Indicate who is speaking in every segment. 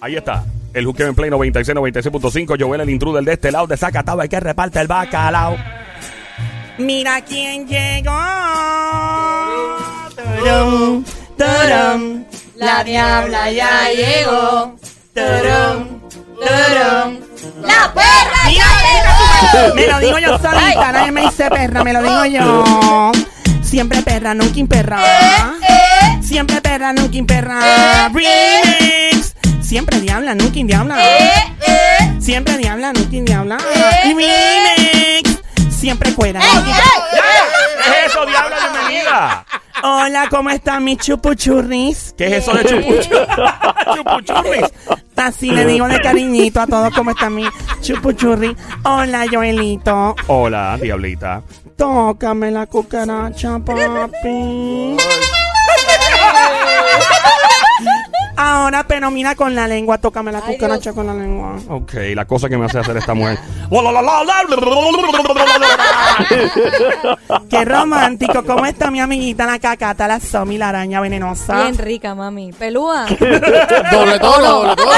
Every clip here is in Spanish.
Speaker 1: Ahí está. El Juqueo en Play 96, 96.5. Joel, el intruder de este lado, de Zacatau, el que reparte el bacalao.
Speaker 2: Mira quién llegó. Turum, turum. La diabla ya llegó. Turum, turum.
Speaker 3: ¡La perra
Speaker 2: Mira,
Speaker 3: ya
Speaker 2: Me lo digo yo solita, nadie me dice perra, me lo digo yo. Siempre perra, nunca imperra. eh.
Speaker 3: llegó!
Speaker 2: Siempre perra, nunca imperra. Remix. Siempre diabla, nunca indiabla.
Speaker 3: ¡Eh, eh!
Speaker 2: Siempre diabla, nunca indiabla.
Speaker 3: Eh,
Speaker 2: Remix. Siempre cuera. nunca indiabla.
Speaker 1: ¿Qué es eso, diabla? Bienvenida.
Speaker 2: Hola, ¿cómo están mis chupuchurris?
Speaker 1: ¿Qué es eso de chupuchu? chupuchurris.
Speaker 2: Así le digo de cariñito a todos cómo están mis chupuchurris. Hola, Joelito.
Speaker 1: Hola, diablita.
Speaker 2: Tócame la cucaracha, papi. Ahora, pero mira con la lengua, tócame la cucaracha con la lengua.
Speaker 1: Ok, la cosa que me hace hacer esta mujer.
Speaker 2: Qué romántico. ¿Cómo está mi amiguita, la cacata, la somi, la araña
Speaker 1: Ah.
Speaker 2: venenosa?
Speaker 4: Bien rica, mami. Pelúa.
Speaker 5: Doble toro, doble toro.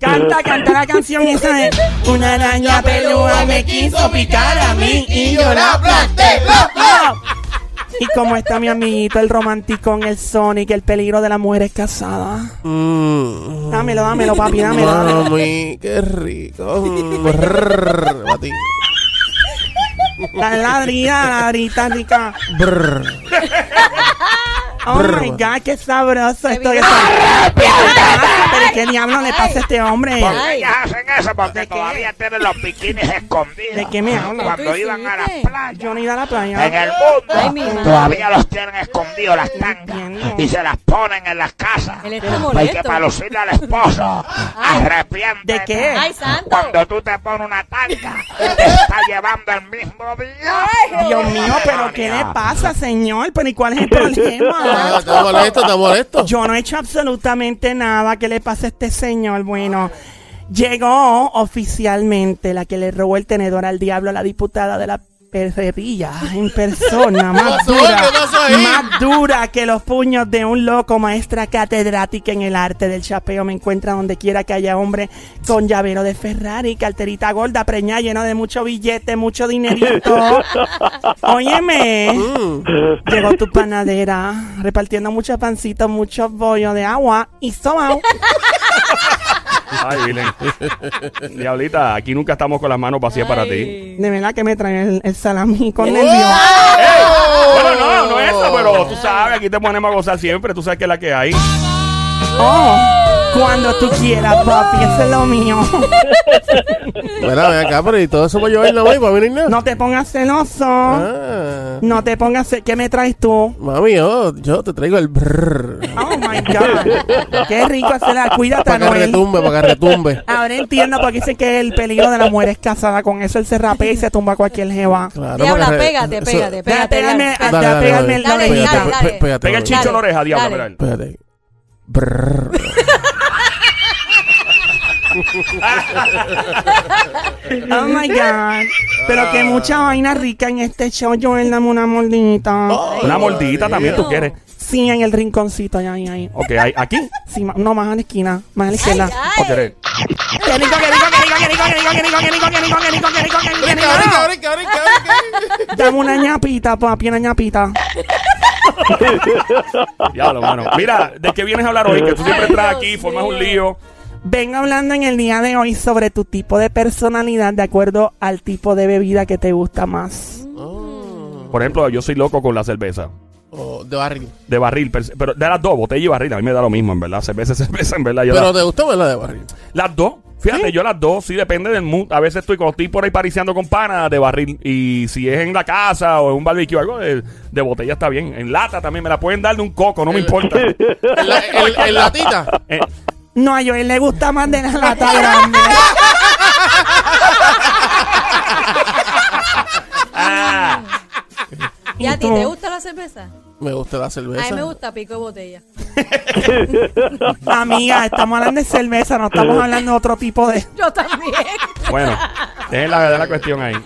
Speaker 2: Canta, canta la canción esa de Una araña pelúa me quiso picar a mí y yo la
Speaker 3: aplasté, la aplasté.
Speaker 2: ¿Y cómo está mi amiguito, el romanticón, el Sonic, el peligro de las mujeres casadas? Dámelo, dámelo, papi, dámelo. dámelo.
Speaker 5: Mami, qué rico. Mm, brr, Mati.
Speaker 2: La ladrita, la ladrita rica.
Speaker 5: Brr.
Speaker 2: Oh my god, qué sabroso esto que está. Ah, Pero qué diablo le pasa a este hombre.
Speaker 6: Ellas hacen eso porque todavía tienen los bikinis escondidos.
Speaker 2: ¿De qué me hablas?
Speaker 6: Cuando
Speaker 4: ¿Tú
Speaker 6: iban a las
Speaker 4: hiciste?
Speaker 2: Yo
Speaker 6: playas
Speaker 2: ni da la
Speaker 6: en
Speaker 2: playa.
Speaker 6: el mundo,
Speaker 4: Ay, mi madre.
Speaker 6: todavía los tienen escondidos las tangas
Speaker 2: entiendo.
Speaker 6: y se las ponen en las casas.
Speaker 4: Él está
Speaker 6: Porque
Speaker 4: molesto.
Speaker 6: para lucirle al esposo, arrepiéntete.
Speaker 2: Ah. ¿De qué?
Speaker 4: Ay, santo.
Speaker 6: Cuando tú te pones una tanga, te está llevando el mismo día.
Speaker 2: Dios mío, pero qué le pasa, señor. Pero ¿y cuál es el problema?
Speaker 5: Ah, Está molesto, está molesto.
Speaker 2: Yo no he hecho absolutamente nada que le pase a este señor. Bueno, llegó oficialmente la que le robó el tenedor al diablo a la diputada de la perrería en persona, más
Speaker 5: pasó?
Speaker 2: dura,
Speaker 5: ¿Qué pasó ahí?
Speaker 2: más dura que los puños de un loco maestra catedrática en el arte del chapeo. Me encuentra donde quiera que haya hombre con llavero de Ferrari, carterita gorda, preñada, lleno de mucho billete, mucho dinerito. Óyeme. Llegó tu panadera repartiendo muchos pancitos, muchos bollos de agua y sobao.
Speaker 1: Ay, Vilén. Diablita, aquí nunca estamos con las manos vacías para ti.
Speaker 2: De verdad que me traen el, el salami con nervios.
Speaker 5: ¡Eh!
Speaker 1: Bueno, no, no es eso, pero tú sabes, aquí te ponemos a gozar siempre. Tú sabes que es la que hay.
Speaker 2: Oh, cuando tú quieras, papi, eso es lo mío.
Speaker 5: Mira, ven acá, pero y todo eso para Joel no voy, para mí no hay nada.
Speaker 2: No te pongas celoso.
Speaker 5: Ah,
Speaker 2: No te pongas. ce- ¿Qué me traes tú?
Speaker 5: mami, yo, yo te traigo el brrr.
Speaker 2: Oh my God. Qué rico hacer la cuídate,
Speaker 5: Para que
Speaker 2: Anuel.
Speaker 5: retumbe, para que retumbe.
Speaker 2: Ahora entiendo por qué dicen que el peligro de la mujer es casada. Con eso él se rapea y se tumba cualquier jeva.
Speaker 5: Claro,
Speaker 4: Diabla,
Speaker 5: para que re-
Speaker 4: pégate,
Speaker 5: eso-
Speaker 2: Deja
Speaker 4: pégate, pégate.
Speaker 2: pegarme,
Speaker 4: dale.
Speaker 5: Dale,
Speaker 2: deja
Speaker 5: dale,
Speaker 2: pegarme
Speaker 5: dale.
Speaker 2: la
Speaker 4: Dale,
Speaker 2: orejita.
Speaker 4: dale, dale.
Speaker 5: Pégate, pégate.
Speaker 1: Pega el chicho
Speaker 4: Dale,
Speaker 1: en la oreja, diabla.
Speaker 4: dale.
Speaker 1: espérale.
Speaker 5: Espérate. Brrr.
Speaker 2: Oh my God. Pero que mucha vaina rica en este show, Joel, dame una mordidita.
Speaker 1: Una mordidita también tú
Speaker 4: Dios.
Speaker 1: quieres.
Speaker 2: Sí, en el rinconcito, ya, ahí, ahí.
Speaker 1: Ok, ahí- aquí.
Speaker 2: Sí, ma- no, más a la esquina, más a la
Speaker 4: Ay,
Speaker 2: izquierda.
Speaker 1: ¿O
Speaker 4: ay.
Speaker 1: quieres?
Speaker 2: ¡Qué rico, qué rico, qué rico, qué rico, qué rico, qué rico, qué rico, qué rico, qué rico, qué rico, qué rico, qué rico!
Speaker 5: Brinca, brinca, brinca, brinca, brinca.
Speaker 2: Dame una ñapita, papi, una ñapita.
Speaker 1: Diablo, mano. Mira, ¿de qué vienes a hablar hoy? Que tú siempre
Speaker 4: Ay,
Speaker 1: entras
Speaker 4: Dios
Speaker 1: aquí, formas un
Speaker 4: mío.
Speaker 1: lío.
Speaker 2: Vengo hablando en el día de hoy sobre tu tipo de personalidad de acuerdo al tipo de bebida que te gusta más.
Speaker 1: Por ejemplo, yo soy loco con la cerveza.
Speaker 5: Oh, de barril.
Speaker 1: De barril, per- pero de las dos, botella y barril, a mí me da lo mismo, en verdad. Cerveza, es cerveza, en verdad. Yo
Speaker 5: Pero
Speaker 1: la-
Speaker 5: te gustó verla de barril.
Speaker 1: las dos, fíjate, yo las dos, sí depende del mood. A veces estoy, cuando estoy por ahí pariseando con pana, de barril. Y si es en la casa o en un barbecue o algo, de, de botella está bien. En lata también, me la pueden dar de un coco, no me importa.
Speaker 5: En, la, en- en latita.
Speaker 1: Eh,
Speaker 2: No, a Joel le gusta más de la lata grande.
Speaker 4: ¿Y a ti
Speaker 2: ¿Cómo?
Speaker 4: te gusta la cerveza?
Speaker 5: Me gusta la
Speaker 4: A
Speaker 5: cerveza.
Speaker 4: mí me gusta pico de botella.
Speaker 2: Amiga, estamos hablando de cerveza, no estamos hablando de otro tipo de...
Speaker 4: Yo también.
Speaker 1: bueno, es la verdad la cuestión ahí.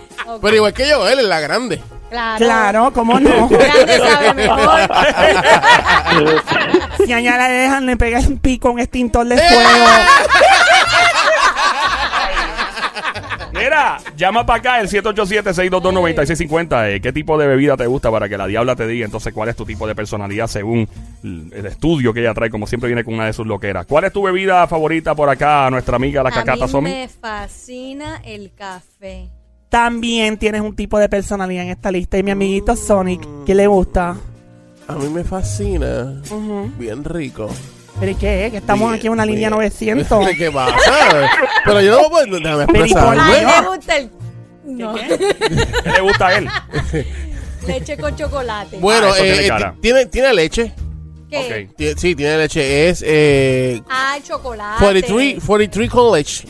Speaker 5: Pero igual que yo, él es la grande.
Speaker 4: Claro. Eh.
Speaker 2: Claro, ¿cómo no?
Speaker 4: Grande sabe mejor.
Speaker 2: Si a ella le dejan, le pegan un pico, un extintor de fuego.
Speaker 1: Mira, llama para acá el 787-622-9650. Eh, ¿Qué tipo de bebida te gusta para que la diabla te diga entonces cuál es tu tipo de personalidad según l- el estudio que ella trae? Como siempre viene con una de sus loqueras. ¿Cuál es tu bebida favorita por acá, nuestra amiga la
Speaker 4: A
Speaker 1: cacata
Speaker 4: mí
Speaker 1: Somi?
Speaker 4: me fascina el café.
Speaker 2: También tienes un tipo de personalidad en esta lista. Y mi amiguito Sonic, ¿qué le gusta?
Speaker 5: A mí me fascina. Bien rico.
Speaker 2: ¿Pero y qué? es? Que estamos
Speaker 5: Bien,
Speaker 2: aquí en una línea
Speaker 5: bien.
Speaker 2: 900.
Speaker 5: ¿Qué pasa? Pero yo no puedo. Déjame
Speaker 2: Pero ¿y por
Speaker 4: A
Speaker 2: Ay,
Speaker 4: mí
Speaker 5: expresarme.
Speaker 4: me gusta el... No.
Speaker 1: ¿Qué le gusta a él?
Speaker 4: Leche con chocolate.
Speaker 1: Ah,
Speaker 5: Bueno,
Speaker 1: eso tiene
Speaker 5: eh, eh,
Speaker 1: cara.
Speaker 5: ti- tiene, tiene leche.
Speaker 4: ¿Qué?
Speaker 1: Ok.
Speaker 5: Tie- sí, tiene leche. Es eh,
Speaker 4: Ah, el chocolate.
Speaker 5: 43, 43 con leche.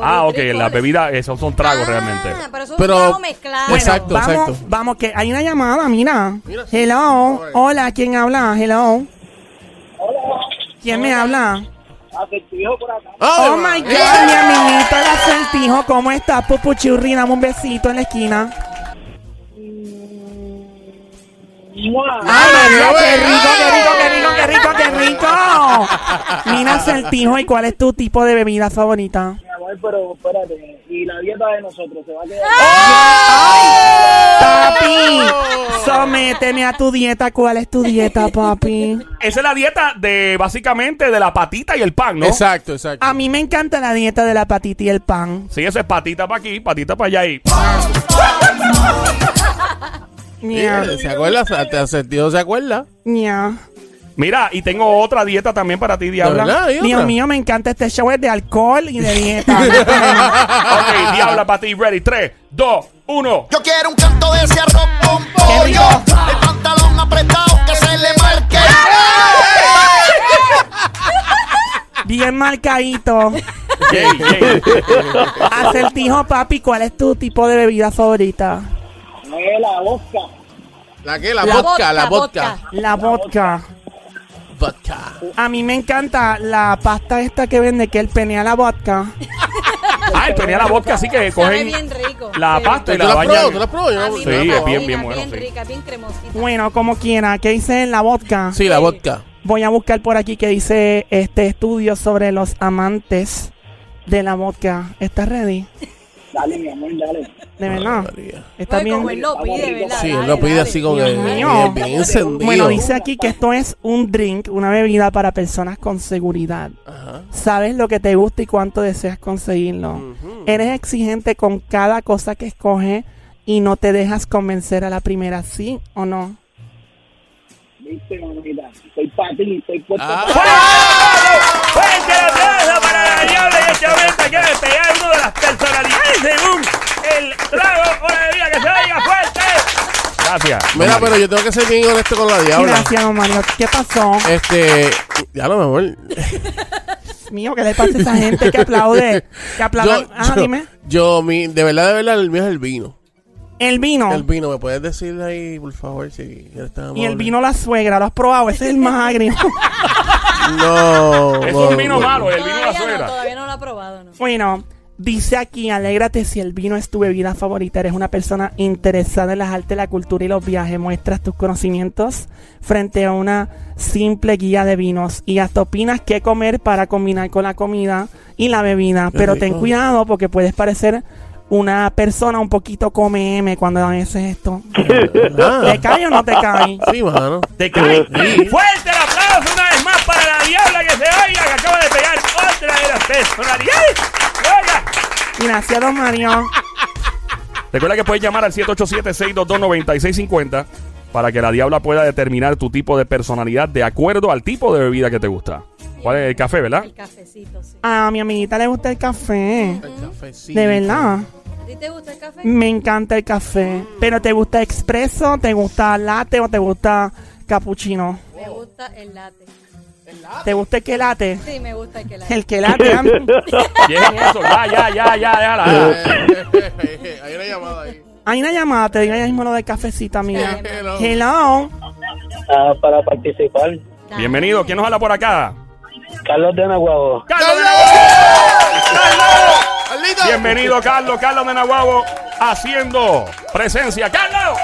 Speaker 1: Ah, ok, la
Speaker 4: Pobre
Speaker 1: bebida, esos son tragos
Speaker 4: Ah,
Speaker 1: realmente.
Speaker 4: Pero eso es un
Speaker 5: Pero-
Speaker 4: trago mezclado.
Speaker 5: Exacto.
Speaker 2: vamos,
Speaker 5: exacto.
Speaker 2: vamos, que hay una llamada, mira.
Speaker 5: Mira, sí.
Speaker 2: Hello.
Speaker 5: Hola.
Speaker 2: Hola, ¿quién habla? Hello. ¿Quién me habla?
Speaker 5: Ah,
Speaker 2: Oh my God, mi amiguito el acertijo. ¿Cómo estás, Pupuchurri? Dame un besito en la esquina.
Speaker 5: Ah,
Speaker 2: ¡Ay, María, qué rico, qué rico, qué rico, qué rico, qué rico! Mira, acertijo, ¿y cuál es tu tipo de bebida favorita?
Speaker 7: pero espérate, y la dieta de nosotros se va a quedar.
Speaker 5: ¡Ah!
Speaker 2: Papi, sométeme a tu dieta. ¿Cuál es tu dieta, papi?
Speaker 1: Esa es la dieta de, básicamente, de la patita y el pan, ¿no?
Speaker 5: Exacto, exacto.
Speaker 2: A mí me encanta la dieta de la patita y el pan.
Speaker 1: Sí, eso es patita para aquí, patita para allá y...
Speaker 2: Ña,
Speaker 5: ¿Se acuerda? ¿Te has sentido? ¿Se acuerda?
Speaker 2: ña.
Speaker 1: Mira, y tengo otra dieta también para ti,
Speaker 5: ¿De
Speaker 1: diabla.
Speaker 5: verdad? ¿Y otra?
Speaker 2: Dios mío, me encanta este show es de alcohol y de dieta.
Speaker 1: ok, diabla para ti, ready. 3, 2, 1.
Speaker 3: Yo quiero un canto de ese arroz con
Speaker 2: Qué rico.
Speaker 3: pollo. El pantalón apretado que se le marque.
Speaker 2: Bien marcadito.
Speaker 1: Yay, yay.
Speaker 2: Acertijo, papi, ¿cuál es tu tipo de bebida favorita?
Speaker 7: No es la boca.
Speaker 5: ¿La qué? La,
Speaker 2: La
Speaker 5: vodka, la vodka.
Speaker 4: vodka.
Speaker 2: La vodka.
Speaker 5: Vodka.
Speaker 2: A mí me encanta la pasta esta que vende, que él penea la vodka.
Speaker 1: Ay, tenía la vodka, así que
Speaker 4: Sabe
Speaker 1: cogen
Speaker 4: bien rico.
Speaker 1: la
Speaker 4: Sí.
Speaker 1: pasta
Speaker 5: ¿Tú
Speaker 1: y la
Speaker 5: la has probado? ¿Tú la
Speaker 1: bañan.
Speaker 5: has probado? Yo
Speaker 4: A
Speaker 5: no-
Speaker 4: mí
Speaker 5: yo
Speaker 1: Sí,
Speaker 4: me
Speaker 1: es
Speaker 5: no la he
Speaker 4: fascina,
Speaker 5: probado.
Speaker 1: bien, bien bueno,
Speaker 4: Bien
Speaker 1: sí.
Speaker 4: rica, bien cremosita.
Speaker 2: Bueno, como quiera, ¿qué dice en la vodka?
Speaker 5: Sí, la vodka.
Speaker 2: Voy a buscar por aquí que dice este estudio sobre los amantes de la vodka. ¿Estás ready?
Speaker 7: Dale, mi amor, dale.
Speaker 2: De verdad.
Speaker 5: María.
Speaker 2: ¿Está
Speaker 4: Ay,
Speaker 2: bien?
Speaker 4: como él lo pide, ¿verdad?
Speaker 5: Sí, él
Speaker 4: Dale,
Speaker 5: lo pide
Speaker 4: dale.
Speaker 5: así con
Speaker 2: Dios
Speaker 5: el
Speaker 2: mío.
Speaker 5: bien, bien encendido.
Speaker 2: Bueno, dice aquí que esto es un drink, una bebida para personas con seguridad.
Speaker 5: Ajá.
Speaker 2: Sabes lo que te gusta y cuánto deseas conseguirlo. Eres exigente con cada cosa que escoges y no te dejas convencer a la primera, ¿sí o no?
Speaker 7: Viste, mamita. Estoy para ti, estoy puesto
Speaker 5: Ah,
Speaker 7: pa'
Speaker 1: Fuerte el aplauso para la diabla y el chaveta que este ya es uno de las personalidades según el trago o la bebida que se oiga fuerte. Gracias.
Speaker 5: Mira, pero yo tengo que ser bien honesto con la diabla.
Speaker 2: Gracias, don Mario. ¿Qué pasó?
Speaker 5: Este, ya lo mejor.
Speaker 2: Mío, ¿qué le pasa a esa gente que aplaude? Que aplaude. Ah, dime.
Speaker 5: yo, mi, de verdad, de verdad, el mío es el vino.
Speaker 2: El vino.
Speaker 5: El vino, ¿me puedes decir ahí, por favor, si eres tan
Speaker 2: Oh. y el
Speaker 5: amable?
Speaker 2: vino la suegra, ¿lo has probado? Ese es el más agrio.
Speaker 5: No.
Speaker 1: Es
Speaker 5: no,
Speaker 1: un vino
Speaker 5: no.
Speaker 1: malo, el vino de la
Speaker 4: Todavía no,
Speaker 1: suegra.
Speaker 4: todavía no lo ha probado, ¿no?
Speaker 2: Bueno, dice aquí, alégrate si el vino es tu bebida favorita. Eres una persona interesada en las artes, la cultura y los viajes. Muestras tus conocimientos frente a una simple guía de vinos y hasta opinas qué comer para combinar con la comida y la bebida. Pero ten
Speaker 5: rico.
Speaker 2: cuidado porque puedes parecer una persona un poquito come M cuando dan ese esto. ¿Te cae o no te cae?
Speaker 5: Sí, mano.
Speaker 1: ¿Te cae? Fuerte el aplauso una vez más para la diabla que se oiga, que acaba de pegar otra de las personalidades. Oiga.
Speaker 2: Gracias, don Mario.
Speaker 1: Recuerda que puedes llamar al 787-622-9650 para que la diabla pueda determinar tu tipo de personalidad de acuerdo al tipo de bebida que te gusta. ¿Cuál es el café, verdad?
Speaker 4: El cafecito, sí.
Speaker 2: A mi amiguita le gusta el café.
Speaker 5: Cafecito.
Speaker 2: De verdad.
Speaker 4: ¿A ti te gusta el café?
Speaker 2: Me encanta el café. Pero ¿te gusta expreso? ¿Te gusta latte o te gusta cappuccino?
Speaker 4: Me gusta el latte.
Speaker 2: ¿Te gusta el que late?
Speaker 4: Sí, me gusta el que late.
Speaker 2: El que late. am-
Speaker 1: Llega eso, ya, ya, ya, ya, déjala.
Speaker 2: Ah.
Speaker 1: déjala.
Speaker 5: Hay una llamada ahí.
Speaker 2: Hay una llamada, te digo ya mismo lo de cafecita, mía.
Speaker 5: Hello.
Speaker 2: Hello.
Speaker 7: Ah, para participar.
Speaker 4: Dale.
Speaker 1: Bienvenido, ¿quién nos habla por acá?
Speaker 7: Carlos de Anahuabo.
Speaker 1: ¡Carlos de Nahuabo! ¡Carlos!
Speaker 5: ¡Carlito!
Speaker 1: Bienvenido, Carlos, Carlos de Nahuabo, haciendo presencia. ¡Carlos!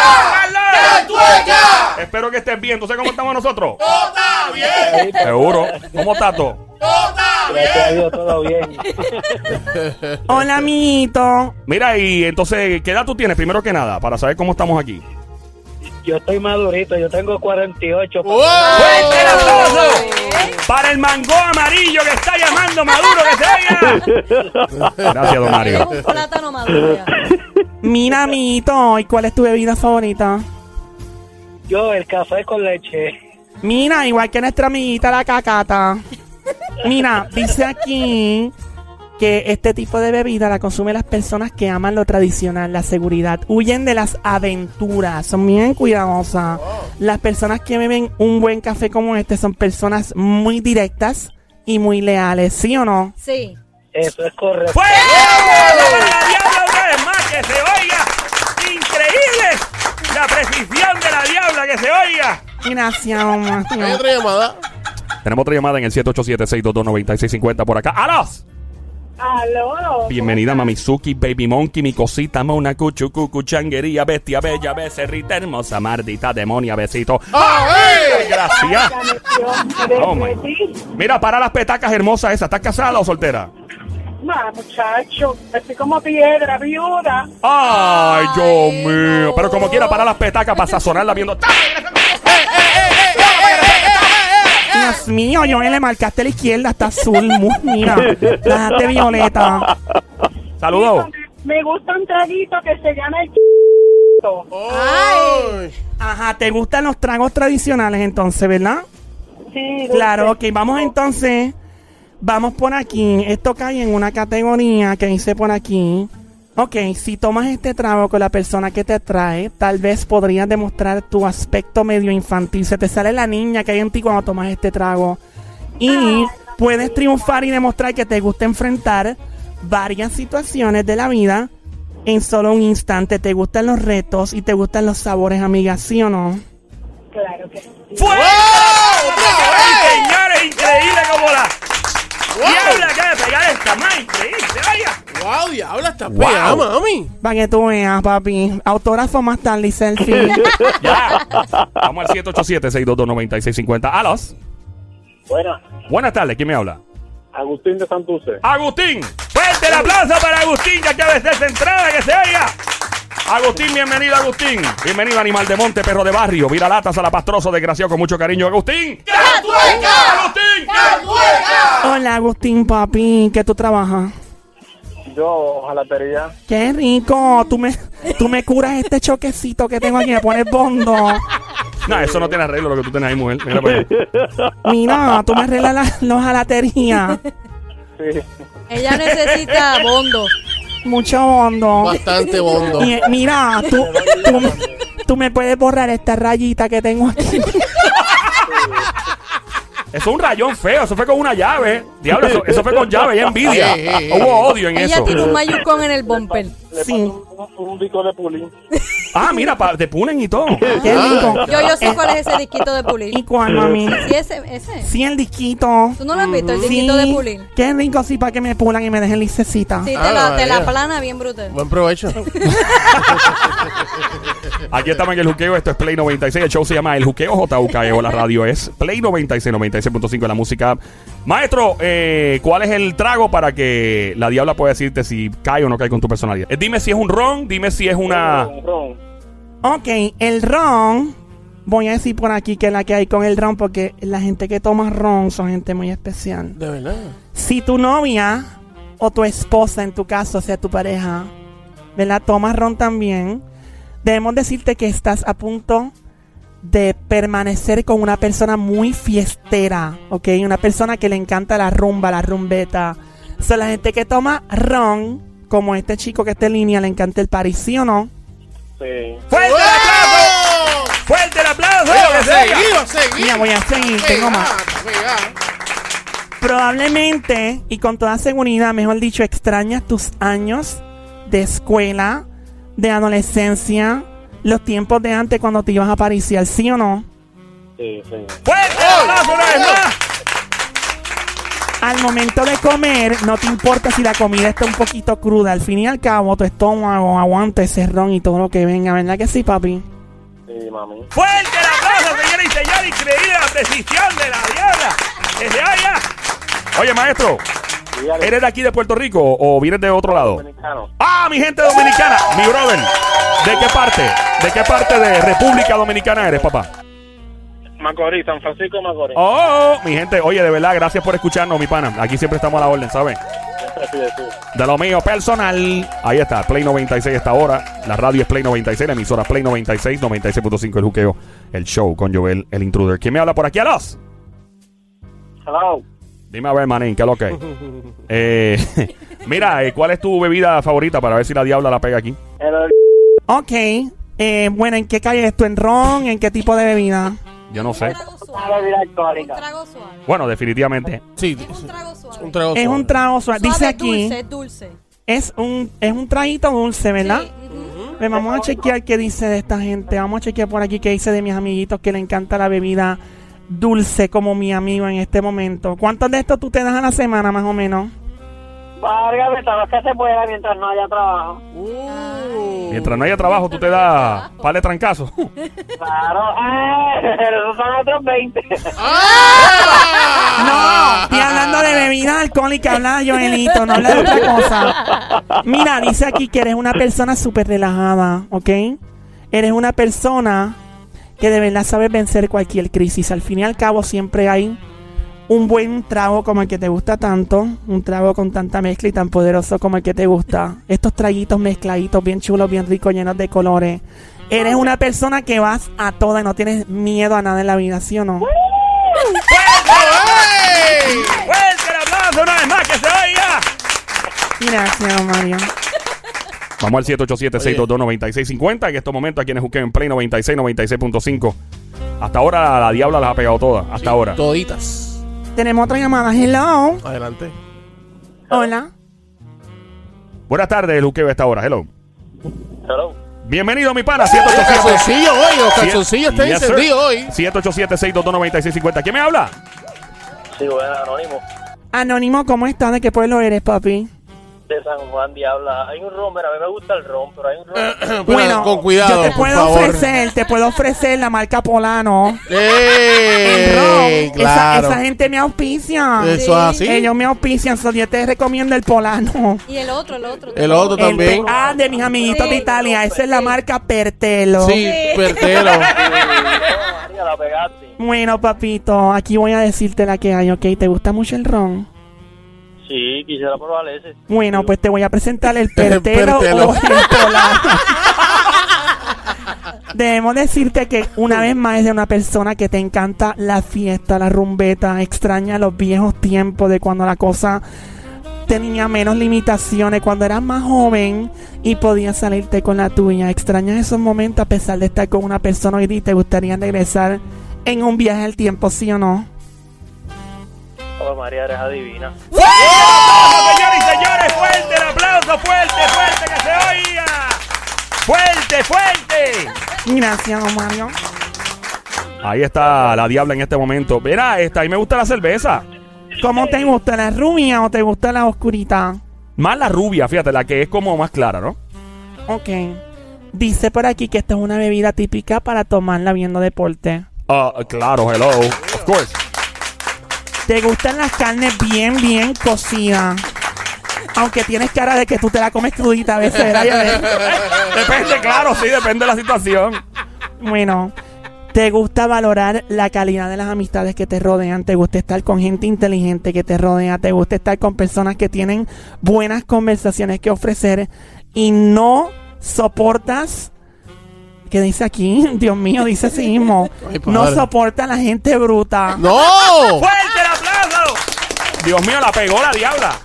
Speaker 1: ¡Carlos! Espero que estés bien. ¿Tú sabes cómo estamos nosotros? Seguro. ¿Cómo estás tú?
Speaker 7: Gracias a Dios, todo bien.
Speaker 2: Hola, amiguito.
Speaker 1: Mira, y entonces, ¿qué edad tú tienes primero que nada? Para saber cómo estamos aquí.
Speaker 7: Yo estoy madurito, yo tengo 48.
Speaker 5: ¡Wow!
Speaker 1: ¡Fuerte el aplauso! Para el mango amarillo que está llamando Maduro, que se oiga. Gracias, don
Speaker 4: Es
Speaker 1: Mario.
Speaker 4: un plátano maduro ya.
Speaker 2: Mira, amiguito. ¿Y cuál es tu bebida favorita?
Speaker 7: Yo, el café con leche.
Speaker 2: Mira, igual que nuestra amiguita la cacata. Mira, dice aquí que este tipo de bebida la consumen las personas que aman lo tradicional, la seguridad, huyen de las aventuras, son bien cuidadosas. Las personas que beben un buen café como este son personas muy directas y muy leales, ¿sí o no?
Speaker 4: Sí.
Speaker 7: Eso es correcto.
Speaker 1: ¡Fuerte el aplauso para la diabla una vez más, que se oiga! ¡Increíble! La precisión de la diabla, que se oiga.
Speaker 2: Gracias, mamá.
Speaker 5: Hay otra llamada.
Speaker 1: Tenemos otra llamada en el 787-622-9650 por acá. ¡Alas!
Speaker 8: Aló.
Speaker 1: Bienvenida, Mamizuki, Baby Monkey, mi cosita, mona, cuchu, cucu, changuería, bestia, bella, becerrita, hermosa, mardita, demonia, besito.
Speaker 5: ¡Ah, eh!
Speaker 1: Gracias. Oh,
Speaker 8: Oh,
Speaker 1: my. Mira, para las petacas hermosas esas. ¿Estás casada o soltera?
Speaker 8: muchacho, estoy como piedra viuda.
Speaker 1: Ay, Dios
Speaker 4: Ay,
Speaker 1: mío.
Speaker 4: no.
Speaker 1: Pero como quiera, para las petacas para sazonarla viendo.
Speaker 2: Dios mío, yo le marcaste la izquierda, está azul, mu- mira, la dejaste violeta.
Speaker 1: Saludos.
Speaker 8: Me gusta un traguito que se llama el ch...
Speaker 5: ¡Ay!
Speaker 2: Ajá, ¿te gustan los tragos tradicionales entonces, verdad?
Speaker 8: Sí,
Speaker 2: Claro, ok,
Speaker 8: dulce.
Speaker 2: vamos entonces. Vamos por aquí. Esto cae en una categoría que dice por aquí. Ok, si tomas este trago con la persona que te trae, tal vez podrías demostrar tu aspecto medio infantil. Se te sale la niña que hay en ti cuando tomas este trago. Y puedes triunfar y demostrar que te gusta enfrentar varias situaciones de la vida en solo un instante. Te gustan los retos y te gustan los sabores, amiga, ¿sí o no?
Speaker 8: Claro que sí.
Speaker 1: ¡Fuera! Ay, Señores, increíble como la diabla que de pegar esta más increíble. Vaya.
Speaker 5: ¡Wow, diabla! ¡Estás
Speaker 1: Wow.
Speaker 5: pegada, mami!
Speaker 2: Para que tú veas, papi. Autógrafo más tarde y selfie.
Speaker 1: Ya. Vamos al 787-622-9650. Alos.
Speaker 7: Bueno,
Speaker 1: Buenas tardes. ¿Quién me habla?
Speaker 7: Agustín de Santuce.
Speaker 1: Agustín. Pues, Fuerte el aplauso para Agustín, ya que acaba de ser centrada, que se oiga. Agustín, bienvenido, Agustín. Bienvenido, animal de monte, perro de barrio. Vira latas a la pastroso, desgraciado, con mucho cariño. Agustín. ¡Agustín!
Speaker 2: Hola, Agustín, papi. ¿Qué tú trabajas?
Speaker 7: Yo, jalatería.
Speaker 2: Qué rico. Tú me, tú me curas este choquecito que tengo aquí. Me pones bondo.
Speaker 1: No, eso no tiene arreglo lo que tú tienes ahí, mujer. Mira pues. para allá.
Speaker 2: Mira, tú me arreglas la, los jalaterías.
Speaker 7: Sí.
Speaker 4: Ella necesita bondo.
Speaker 2: Mucho bondo.
Speaker 5: Bastante bondo.
Speaker 2: Y, eh, mira, tú, tú, me- tú me puedes borrar esta rayita que tengo aquí.
Speaker 1: Eso es un rayón feo, eso fue con una llave. Diablo, eso, eso fue con llave, y envidia.
Speaker 5: Ey, ey, ey.
Speaker 1: Hubo odio en
Speaker 4: Ella
Speaker 1: eso.
Speaker 4: tiene un mayucón en el bumper.
Speaker 7: Le
Speaker 2: Sí.
Speaker 7: paso un, un, un bico de pulín.
Speaker 1: Ah, mira, pa- te pulen y todo.
Speaker 2: Qué rico.
Speaker 4: Yo, yo sé cuál es ese disquito de pulir.
Speaker 2: ¿Y cuál, mami?
Speaker 4: Ah. Sí, ese, ese.
Speaker 2: Sí, el disquito.
Speaker 4: ¿Tú no lo has visto, el disquito de pulir?
Speaker 2: Qué rico, sí, para que me pulan y me dejen licecita.
Speaker 4: Sí,
Speaker 5: Ah,
Speaker 4: te la, te la
Speaker 5: María.
Speaker 4: plana bien brutal.
Speaker 5: Buen provecho.
Speaker 1: Aquí estamos en el juqueo, esto es Play 96, el show se llama El Juqueo JUKEO, E, la radio es Play 96, 96.5 de la música. Maestro, eh, ¿cuál es el trago para que la diabla pueda decirte si cae o no cae con tu personalidad? Eh, dime si es un ron, dime si es una...
Speaker 2: Ok, el ron. Voy a decir por aquí que es la que hay con el ron, porque la gente que toma ron son gente muy especial.
Speaker 5: De verdad.
Speaker 2: Si tu novia o tu esposa, en tu caso, o sea tu pareja, ¿verdad? Toma ron también. Debemos decirte que estás a punto de permanecer con una persona muy fiestera, ¿ok? Una persona que le encanta la rumba, la rumbeta. Son la gente que toma ron, como este chico que está en línea, le encanta el parís, ¿sí o no?
Speaker 1: ¡Fuerte el aplauso! ¡Fuerte el aplauso!
Speaker 5: Mira,
Speaker 1: Que sea.
Speaker 5: seguido, seguido.
Speaker 2: Mira, voy a seguir, tengo más.
Speaker 5: Pegá,
Speaker 2: Probablemente y con toda seguridad, mejor dicho, extrañas tus años de escuela, de adolescencia, los tiempos de antes cuando te ibas a pariciar, ¿sí o no?
Speaker 1: ¡Fuerte el aplauso una vez más!
Speaker 2: Al momento de comer, no te importa si la comida está un poquito cruda. Al fin y al cabo, tu estómago aguanta ese ron y todo lo que venga, ¿verdad que sí, papi?
Speaker 1: ¡Fuerte el aplauso, señores y señores! ¡Increíble la precisión de la diabla! ¡Desde allá! Oye, maestro, ¿eres de aquí de Puerto Rico o vienes de otro lado? ¡Ah, mi gente dominicana! ¡Mi brother! ¿De qué parte? ¿De qué parte de República Dominicana eres, papá?
Speaker 7: Macorís, San Francisco Macorís.
Speaker 1: ¡Oh! Mi gente, oye, de verdad, gracias por escucharnos, mi pana. Aquí siempre estamos a la orden, ¿sabes?
Speaker 7: Este,
Speaker 1: De lo mío personal. Ahí está, Play 96 esta hora. La radio es Play 96, la emisora Play 96, 96.5 el juqueo. El show con Joel, el intruder. ¿Quién me habla por aquí a los?
Speaker 7: Hello.
Speaker 1: Dime a ver, manín, ¿qué es lo que? es? eh, mira, eh, ¿cuál es tu bebida favorita para ver si la diabla la pega aquí?
Speaker 7: Hello.
Speaker 2: Ok. eh, bueno, ¿en qué calle es esto? ¿En ron? ¿En qué tipo de bebida?
Speaker 1: Yo no
Speaker 4: Un
Speaker 1: sé.
Speaker 4: trago
Speaker 7: Una
Speaker 4: suave.
Speaker 7: bebida
Speaker 4: Un
Speaker 7: alcohólica.
Speaker 4: trago suave.
Speaker 1: Bueno, definitivamente.
Speaker 5: Sí,
Speaker 4: Es un trago suave.
Speaker 5: un trago.
Speaker 2: Es
Speaker 5: suave.
Speaker 2: un trago suave. Dice
Speaker 4: Suave,
Speaker 2: aquí,
Speaker 4: Dulce, dulce.
Speaker 2: es un, es un traguito dulce, ¿verdad?
Speaker 4: Sí, ujú.
Speaker 2: Ve, vamos a chequear qué dice de esta gente. Vamos a chequear por aquí qué dice de mis amiguitos que le encanta la bebida dulce como mi amigo en este momento. ¿Cuántos de estos tú te das a la semana más o menos?
Speaker 8: Válgame, todo lo que se pueda mientras no haya trabajo.
Speaker 1: Mientras no haya trabajo, tú te das par de trancazos.
Speaker 8: Claro. Ah, esos son otros 20.
Speaker 5: Ah.
Speaker 2: No, estoy hablando de bebida alcohólica, habla Joelito, no habla de otra cosa. Mira, dice aquí que eres una persona súper relajada, ¿ok? Eres una persona que de verdad sabes vencer cualquier crisis. Al fin y al cabo siempre hay un buen trago como el que te gusta tanto, un trago con tanta mezcla y tan poderoso como el que te gusta. Estos traguitos mezcladitos, bien chulos, bien ricos, llenos de colores. Eres una persona que vas a toda y no tienes miedo a nada en la vida, ¿sí o no?
Speaker 1: ¡Fuerte el aplauso una vez más que se oiga!
Speaker 2: Gracias, don Mario.
Speaker 1: Vamos al 787-622-9650. En estos momentos, a quienes busquen en Play 96, 96.5. Hasta ahora, la diabla las ha pegado todas. Hasta ahora.
Speaker 5: Toditas.
Speaker 2: Tenemos otra llamada. Hello.
Speaker 5: Adelante.
Speaker 2: Hola.
Speaker 1: Buenas tardes, Luqueo, a esta hora. Hello.
Speaker 7: Hello.
Speaker 1: Bienvenido, mi pana.
Speaker 5: Los
Speaker 1: 787
Speaker 5: calzoncillos hoy, los calzoncillos están encendidos hoy.
Speaker 1: 787-622-9650. ¿Quién me habla?
Speaker 7: Sí, bueno, anónimo.
Speaker 2: Anónimo, ¿cómo estás? ¿De qué pueblo eres, papi?
Speaker 7: De San Juan Diabla. Hay un ron, mira, a mí me gusta el ron, pero hay un ron.
Speaker 5: Pero con cuidado,
Speaker 2: yo te
Speaker 5: por
Speaker 2: puedo
Speaker 5: favor.
Speaker 2: ofrecer, te puedo ofrecer la marca Polano. El
Speaker 5: ¡Ey!
Speaker 2: ron.
Speaker 5: Eh, claro. Eh,
Speaker 2: Esa, esa gente me auspicia.
Speaker 5: Eso es así.
Speaker 2: Ellos me auspician, so yo te recomiendo el Polano.
Speaker 4: Y el otro, el otro.
Speaker 5: El otro
Speaker 2: El
Speaker 5: también.
Speaker 2: PA de mis amiguitos de
Speaker 4: Sí.
Speaker 2: Italia. Esa es la marca Pertelo.
Speaker 5: Sí, pertero.
Speaker 7: Oh, María, la pegaste.
Speaker 2: Bueno, papito, aquí voy a decirte la que hay, ¿ok? ¿Te gusta mucho el ron?
Speaker 7: Sí, quisiera probar ese.
Speaker 2: Bueno, pues te voy a presentar el
Speaker 5: El
Speaker 2: pertero
Speaker 5: pertelo.
Speaker 2: o el polano. Debemos decirte que una vez más es de una persona que te encanta la fiesta, la rumbeta, extraña los viejos tiempos de cuando la cosa tenía menos limitaciones, cuando eras más joven y podías salirte con la tuya. Extrañas esos momentos a pesar de estar con una persona hoy día y te gustaría regresar en un viaje al tiempo, ¿sí o no?
Speaker 7: Oh, María, eres adivina.
Speaker 1: ¡Señores y señores! ¡Fuerte el aplauso! ¡Fuerte, fuerte que se oiga! ¡Fuerte, fuerte!
Speaker 2: Gracias, don Mario.
Speaker 1: Ahí está la diabla en este momento. Mira, esta, a mí me gusta la cerveza.
Speaker 2: ¿Cómo te gusta la rubia o te gusta la oscurita?
Speaker 1: Más la rubia, fíjate, la que es como más clara, ¿no?
Speaker 2: Ok. Dice por aquí que esta es una bebida típica para tomarla viendo deporte.
Speaker 1: Ah, claro, hello. Of course.
Speaker 2: ¿Te gustan las carnes bien, bien cocidas? Aunque tienes cara de que tú te la comes crudita a veces, ¿verdad, Yandel?
Speaker 1: Depende, claro, sí, depende de la situación.
Speaker 2: Bueno, ¿te gusta valorar la calidad de las amistades que te rodean? ¿Te gusta estar con gente inteligente que te rodea? ¿Te gusta estar con personas que tienen buenas conversaciones que ofrecer y no soportas? ¿Qué dice aquí? Dios mío, dice así mismo.
Speaker 5: Ay, padre.
Speaker 2: No soporta la gente bruta.
Speaker 5: ¡No!
Speaker 1: ¡Fuerte el aplauso! Dios mío, la pegó la diabla.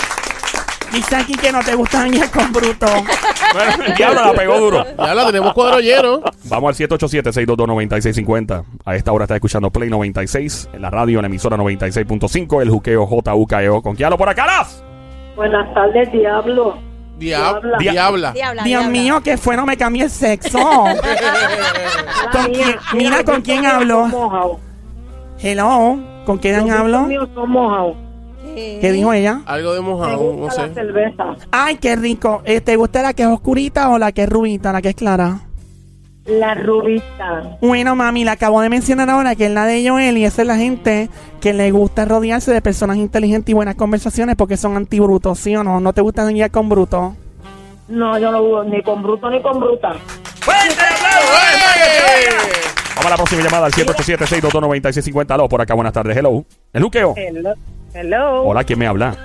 Speaker 2: Dice aquí que no te gusta bañar con bruto.
Speaker 1: Bueno, el diablo la pegó duro.
Speaker 5: Ya la tenemos cuadrollero.
Speaker 1: Vamos al 787-622-9650. A esta hora está escuchando Play 96 en la radio, en la emisora 96.5, el juqueo JUKEO. E ¿Con quién hablo por acá, Las?
Speaker 8: Buenas tardes, diablo.
Speaker 5: Diabla.
Speaker 8: Diabla.
Speaker 5: Diabla.
Speaker 4: Diabla,
Speaker 2: Dios
Speaker 4: diabla.
Speaker 2: mío, que fue, no me cambié el sexo. ¿Con quién- mira con quién hablo.
Speaker 8: habló.
Speaker 2: Hello, ¿con quién hablo?
Speaker 4: Sí.
Speaker 2: ¿Qué dijo ella?
Speaker 5: Algo de
Speaker 8: Me
Speaker 5: mojado, no
Speaker 8: gusta
Speaker 5: sé.
Speaker 8: la cerveza.
Speaker 2: Ay, qué rico. Eh, ¿Te gusta la que es oscurita o la que es rubita, la que es clara?
Speaker 8: La rubita.
Speaker 2: Bueno, mami, la acabo de mencionar ahora que es la de Joel y esa es la gente que le gusta rodearse de personas inteligentes y buenas conversaciones porque son antibrutos, ¿sí o no? ¿No te gusta guiar con brutos?
Speaker 8: No, yo no hubo ni con bruto ni con bruta.
Speaker 1: ¡Fuerte el aplauso! Vamos a la próxima llamada al 787-622-9650. Aló, por acá, buenas tarres. Hello. El juqueo.
Speaker 8: Hello. Hello.
Speaker 1: Hola, ¿quién me habla?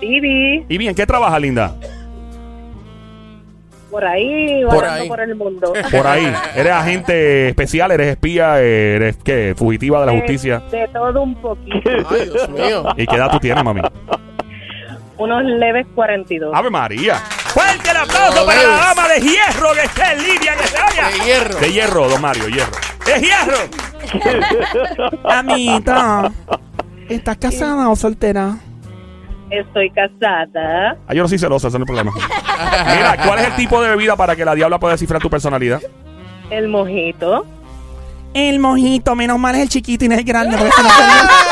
Speaker 8: Bibi.
Speaker 1: ¿Y bien, qué trabaja, linda?
Speaker 8: Por ahí,
Speaker 5: Por
Speaker 8: por,
Speaker 5: ahí.
Speaker 8: por el mundo.
Speaker 1: Por ahí. ¿Eres agente especial? ¿Eres espía? ¿Eres qué? ¿Fugitiva de la justicia?
Speaker 8: De, de todo un poquito.
Speaker 5: Ay, Dios mío.
Speaker 1: ¿Y qué edad tú tienes, mami?
Speaker 8: Unos leves 42.
Speaker 1: ¡Ave María! ¡Fuerte el aplauso para la dama de hierro que está en Lidia, que se vaya!
Speaker 5: De hierro.
Speaker 1: De hierro, don Mario, hierro. ¡De hierro!
Speaker 2: Amita, Ah. ¿estás casada o soltera?
Speaker 8: Estoy casada.
Speaker 1: Ah, yo no soy celosa, ese no es el problema. Mira, ¿cuál es el tipo de bebida para que la diabla pueda descifrar tu personalidad?
Speaker 8: El mojito.
Speaker 2: El mojito, menos mal es el chiquito y no es el grande. porque se lo-